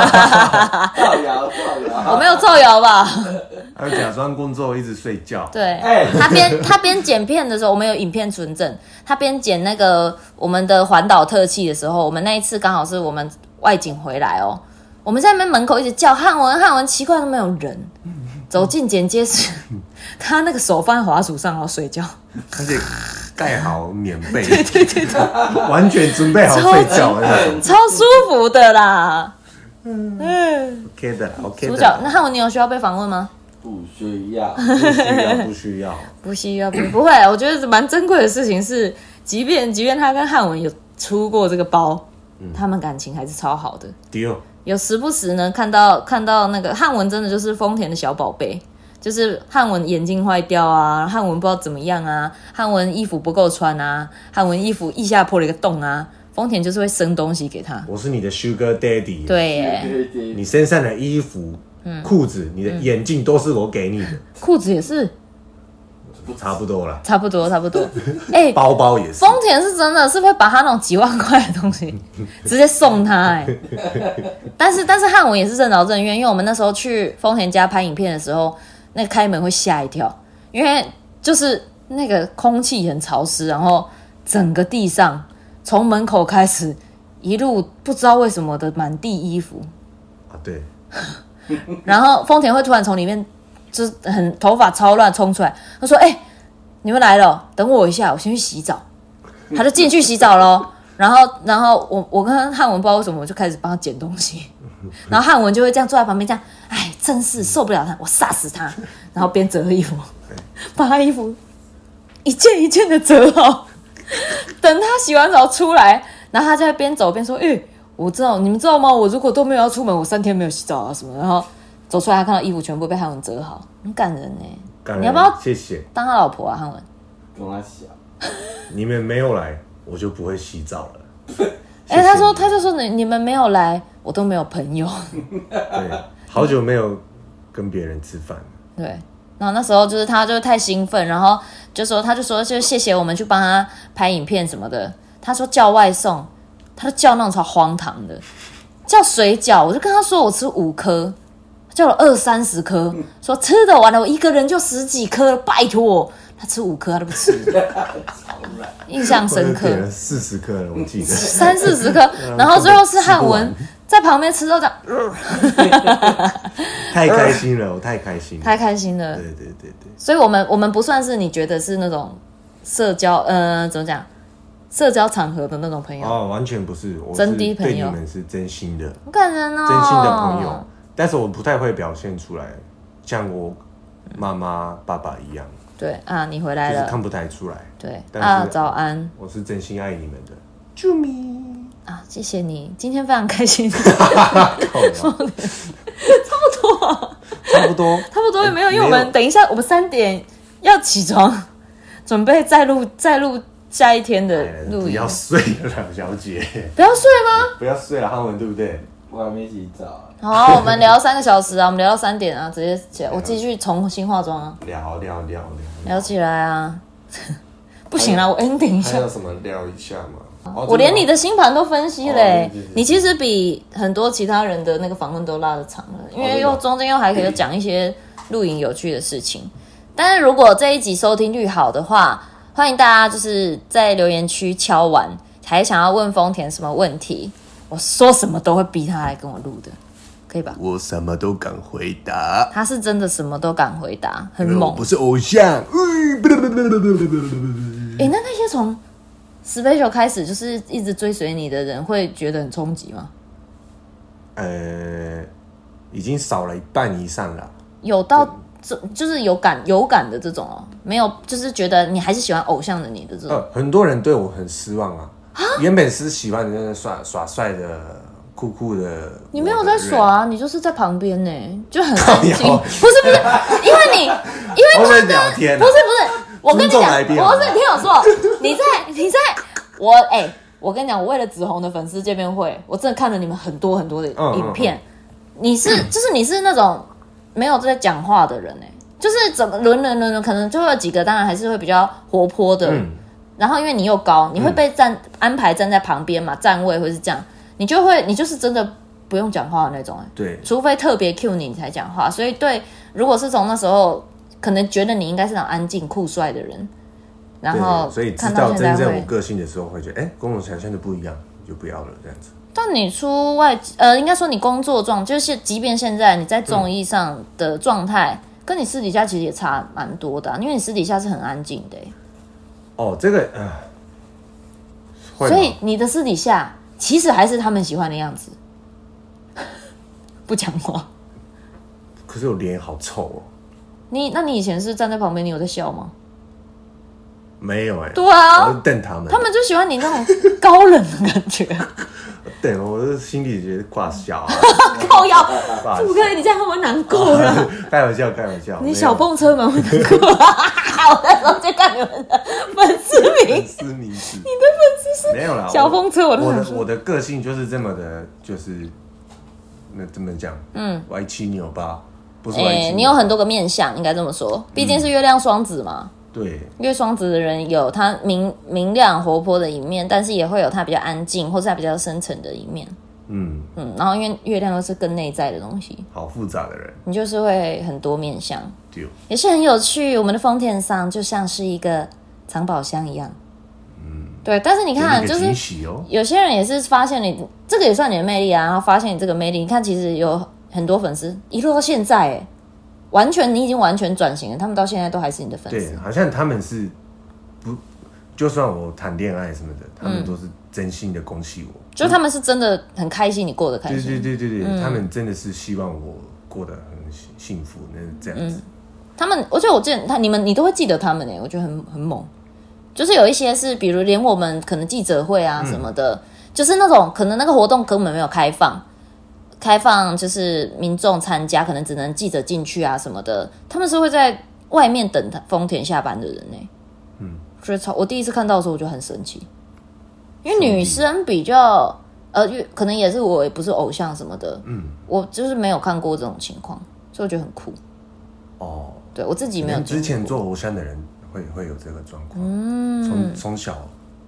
造谣造谣！我没有造谣吧？还有假装工作一直睡觉，对，哎他边他边剪片的时候，我们有影片存证，他边剪那个我们的环岛特辑的时候，我们那一次刚好是我们外景回来哦，我们在那边门口一直叫汉文汉文，奇怪都没有人，走进剪接室，他那个手放在滑鼠上然后睡觉。而且盖好棉被， 对对对完全准备好睡觉的 那种超舒服的啦。嗯， ，OK 的啦，OK 主的角，啦，那汉文，你有需要被访问吗？不需要，不需要不需要，不需要，不不会。我觉得蛮珍贵的事情是，即便即便他跟汉文有出过这个包，他们感情还是超好的。迪奥有时不时呢看到看到那个汉文，真的就是丰田的小宝贝。就是汉文眼睛坏掉啊，汉文不知道怎么样啊，汉文衣服不够穿啊，汉文衣服腋下破了一个洞啊，丰田就是会生东西给他。我是你的 Sugar Daddy，对嗯耶，对对你对，身上的衣服、裤子、你的眼镜都是我给你的，裤子也是，差不多了。差不多，差不多。哎、包包也是，丰田是真的是会把他那种几万块的东西直接送他哎、但是但是汉文也是任劳任怨，因为我们那时候去丰田家拍影片的时候，那个开门会吓一跳，因为就是那个空气很潮湿，然后整个地上从门口开始一路不知道为什么的满地衣服，啊，对，然后丰田会突然从里面就是很头发超乱冲出来，他说：“哎、你们来了，等我一下，我先去洗澡。”他就进去洗澡喽。然后，然后我我跟汉文不知道为什么，我就开始帮他捡东西。然后汉文就会这样坐在旁边，这样，哎，真是受不了他，我杀死他。然后边折衣服，把他衣服一件一件的折好。等他洗完澡出来，然后他就在边走边说：“哎、我知道，你们知道吗？我如果都没有要出门，我三天没有洗澡啊什么。”然后走出来，他看到衣服全部被汉文折好，很感人呢、感你要不要恩，谢谢当他老婆啊，汉文。跟他小，你们没有来，我就不会洗澡了。哎、他说，他就说你你们没有来，我都没有朋 友。对，好久没有跟别人吃饭了，对，然后那时候就是他就太兴奋，然后就说他就说就谢谢我们去帮他拍影片什么的。他说叫外送，他就叫那种超荒唐的，叫水饺，我就跟他说我吃五颗，他叫了二三十颗，说吃的完了，我一个人就十几颗了，拜托。他吃五颗他都不吃， 好软，印象 深刻我嗯就。点了四十颗了，我记得。三四十颗，然后最后是汉 吃文在旁边吃到这样，呃太开心了，我太开心太了。开心了对。对对对，所以我们我们不算是你觉得是那种社交，呃，怎么讲，社交场合的那种朋友，哦，完全不是，我是真的朋对你友们是真心的，很感人哦。真心的朋友，但是我不太会表现出来，像我妈妈、爸爸一样，对啊，你回就来是了，看不太出来。对但是啊，早安我是真心爱你 们的，啾咪。啊，谢谢你，今天非常 开心，够了，差不多，差不多。差不多也没有，因为我没有们等一下我们三点要起床， 准备再录再录下一天哎的录不影要，睡了，小姐， 不要睡吗？不要睡了，汉文对不对？我还没洗澡，好，我们聊三个小时啊，我们聊到三点啊，直接起来，我继续重新化妆啊，聊聊聊聊，聊起来啊， 不行啦，我 ending 一下还。有什么聊一下吗？哦我连你真的的星盘都分析嘞、哦对对对你其实比很多其他人的那个访问都拉的长哦了，因为又中间又还可以讲一些露营有趣的事情。但是如果这一集收听率好的话，欢迎大家就是在留言区敲完，还想要问丰田什么问题，我说什么都会逼他来跟我录的，可以吧哦？我什么都敢回答，他是真的什么都敢回答，很因为我猛。不是偶像。诶、那那些从 special 开始就是一直追随你的人，会觉得很冲击吗？呃，已经少了一半以上了。有到这就是有感有感的这种哦，没有就是觉得你还是喜欢偶像的你的这种，呃，很多人对我很失望啊。原本是喜欢的那个耍耍帅的、酷酷的，你没有在我的人耍啊，你就是在旁边呢，就很安静。靠腰不是不是，因为 你因为我他在跟聊天啊不 是不是，我跟你尊讲，重来宾好啊我吗是听我说，你在你在我哎、我跟你讲，我为了紫红的粉丝见面会，我真的看了你们很多很多的嗯嗯影片，你是就是你是那种没有在讲话的人哎、就是怎么轮轮轮轮，可能就会有几个，当然还是会比较活泼的，嗯然后因为你又高，你会被站、安排站在旁边嘛，站位或是这样，你就会你就是真的不用讲话的那种、欸，对除非特别 Q 你你才讲话。所以对，如果是从那时候可能觉得你应该是那种安静酷帅的人，然后对，所以知看道到真现在正我会，个性的时候，会觉得哎、跟我想象的不一样，就不要了这样子。但你出外呃，应该说你工作状就是，即便现在你在综艺上的状态。跟你私底下其实也差蛮多的啊、因为你私底下是很安静的欸、哦，这个啊，会所吗以你的私底下其实还是他们喜欢的样子， 不讲话。可是我脸好臭哦，你那你以前是站在旁边，你有在笑吗？没有哎、对啊我就瞪他们，他们就喜欢你那种高冷的感觉，瞪我，我就心里觉得挂小、啊， 靠腰。挂 富哥，你这样会不会难过啊 了？开玩笑，开玩笑，你小凤碰车门会难 过。我那时候就看你们的粉丝名哎粉，丝名字，你的粉丝是没有啦，小风车我我都我想的说我的个性就是这么的，就是那怎么讲，嗯，歪七扭八，不是歪七扭哎、八、你有很多个面相，应该这么说，毕竟是月亮双子嘛。对因为双子的人有他明明亮活泼的一面，但是也会有他比较安静或是他比较深沉的一面。嗯，嗯，然后因为月亮又是更内在的东西，好复杂的人，你就是会很多面相，丢也是很有趣。我们的丰田上就像是一个藏宝箱一样，嗯，对。但是你给看，你就个是惊喜哦，有些人也是发现你这个也算你的魅力啊，然后发现你这个魅力，你看其实有很多粉丝一路到现在，哎，完全你已经完全转型了，他们到现在都还是你的粉丝对，。好像他们是不，就算我谈恋爱什么的，他们都是真心的恭喜我。就是他们是真的很开心，你过得开对心。对对对对，他们真的是希望我过得很幸幸福，那是这样子。他们，而且我记得他你们，你都会记得他们呢、欸我觉得很很猛。就是有一些是，比如连我们可能记者会啊什么的，就是那种可能那个活动根本没有开放，开放就是民众参加，可能只能记者进去啊什么的，他们是会在外面等他丰田下班的人呢、嗯，觉得超，我第一次看到的时候我就很生气，因为女生比较呃，因为可能也是我也不是偶像什么的，嗯，我就是没有看过这种情况，所以我觉得很酷。哦，对我自己没有连经历之前过做偶像的人会会有这个状况，从从小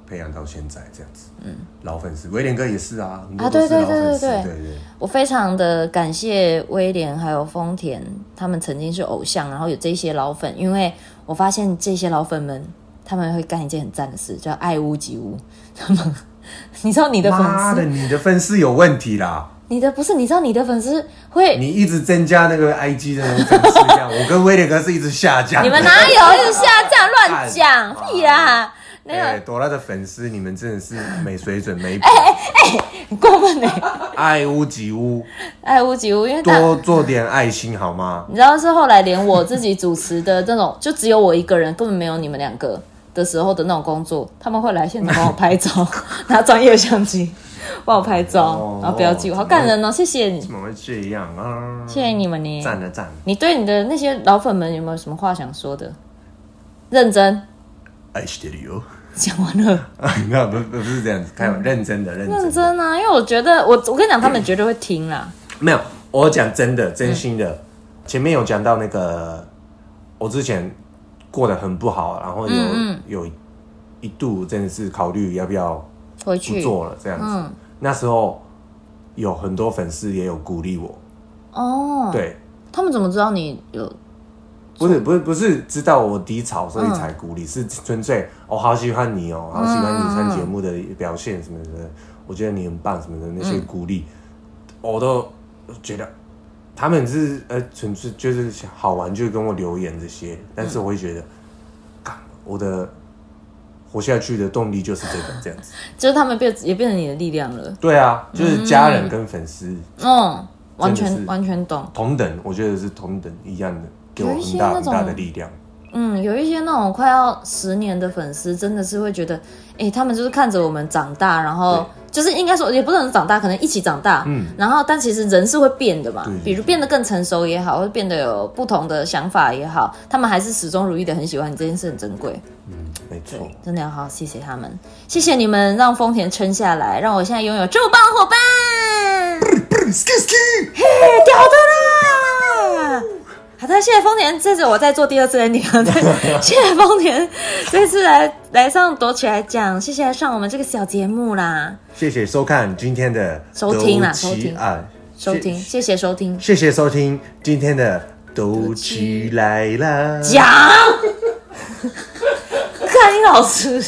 培养到现在这样子，嗯，老粉丝，威廉哥也是啊，很多都对是对老粉丝对对对对，我非常的感谢威廉还有丰田，他们曾经是偶像，然后有这些老粉，因为我发现这些老粉们他们会干一件很赞的事，叫爱屋及乌。他们， 你知道你的粉妈的，丝，你的粉丝有问题啦！你的不是，你知道你的粉丝会， 你你一直增加那个 IG 的那种粉丝 量，我跟威廉哥是一直下降。们哪有一直下降乱讲屁啦？没有，哎，朵拉的粉丝，你们真的是没水准、没品，哎很过分呢、爱屋及乌，爱屋及乌，因为他多做点爱心好吗？你知道是后来连我自己主持的那种，就只有我一个人，根本没有你们两个的时候的那种工作，他们会来现场帮我拍照， 拿专业相机帮我拍照，哦然后标记我，好感人哦！谢谢你，怎么会这样啊？谢谢你们呢。赞了赞了，你对你的那些老粉们有没有什么话想说的？认真爱してるよ。 讲完了，那不不不是这样子，开玩认真的认真的认真啊！因为我觉得我我跟你讲，他们绝对会听啦。没有，我讲真的，真心的。嗯前面有讲到那个，我之前过得很不好，然后有嗯有一度真的是考虑要不要回不去做了这样子。嗯那时候有很多粉丝也有鼓励我，哦，对，他们怎么知道你有不是不是不是知道我低潮所以才嗯鼓励，是纯粹我、好喜欢你哦，好喜欢你上节目的表现什么的，我觉得你很棒什么的那些鼓励，我都觉得他们是呃纯粹就是好玩就跟我留言这些，但是我会觉得，干我的活下去的动力就是这个这样子。就是他们变也变成你的力量了？对啊，就是家人跟粉丝嗯，完真的全是完全懂。同等，我觉得是同等一样的，给我有一些很大那很种大的力量。嗯，有一些那种快要十年的粉丝，真的是会觉得，哎、他们就是看着我们长大，然后就是应该说也不能长大，可能一起长大，嗯，然后但其实人是会变的嘛对，比如变得更成熟也好，或者变得有不同的想法也好，他们还是始终如一的很喜欢你，这件事很珍贵，嗯，没错。对，真的要好好谢谢他们，谢谢你们让丰田撑下来，让我现在拥有这么棒的伙伴，嘿，屌的啦！好的，谢谢丰田，这次我再做第二次的你了。对谢谢丰田，这次来来上躲起来讲，谢谢来上我们这个小节目啦，谢谢收看今天的收听啦斗收棋听啊，收听，谢，谢谢收听，谢谢收听今天的斗起来啦。讲，看你老师，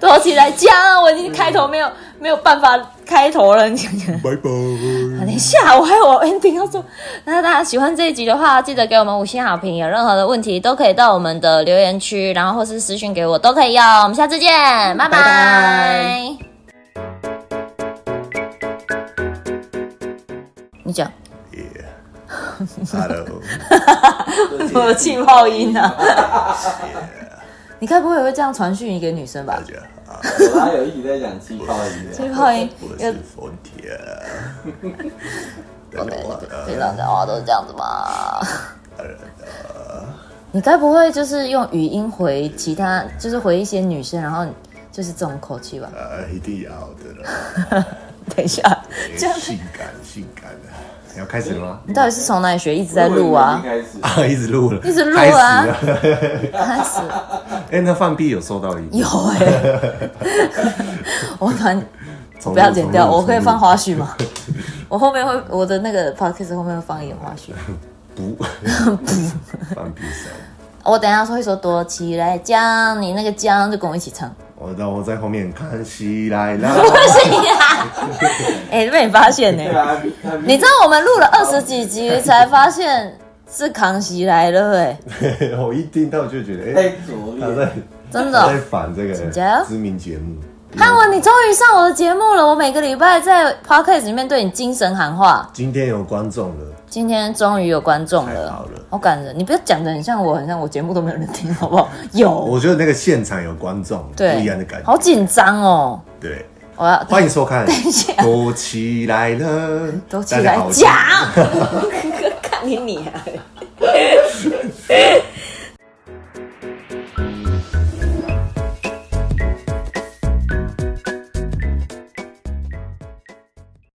躲起来讲，我已经开头没有没有办法开头了，你讲讲。拜拜。等一下，我还有 ending 要做。那大家喜欢这一集的话，记得给我们五星好评。有任何的问题都可以到我们的留言区，然后或是私讯给我都可以哟。我们下次见，拜拜拜你讲， Hello， 我的气泡音啊！ 你该不会也会这样传讯一个女生吧 大？家好，我还有一直在讲气泡音气的，泡音我有是冯铁。我的那个非常的话都是这样子嘛。 你该不会就是用语音回其他，就是回一些女生，然后就是这种口气吧？啊，一定要的啦， 哎等一下，这样性感性感的，你要开始了吗？你到底是从哪里学？一直在录啊我以，为你开 始啊，一直录了，一直录开始啊了。开始 哎，那放屁有收到音？有哎、 我反重录，不要剪掉，重录我可以重录放花絮 吗？我后面会我的那个 podcast 后面会放一点花絮。不不 放屁声。我等一下会说躲起来江，你那个江就跟我一起 唱。我让我在后面看戏来啦。 不行啊！ 哎、被你发现呢、对啊，他你知道我们录了二十 几集才发现是康熙来了哎、我一听到就觉得，哎、太拙他劣，在真的他哦、在反这假哦个知名节目。汉文，你终于上我的节目了！我每个礼拜在 podcast 里面对你精神喊话，今天有观众了，今天终于有观众太了，好了感人！你不要讲的很像我，很像我节目都没有人听，好不好？有，我觉得那个现场有观众，不对，一样的感觉。好紧张哦！对，我要欢迎收看一下。躲起来了，都起大来家好 讲，看你你、啊。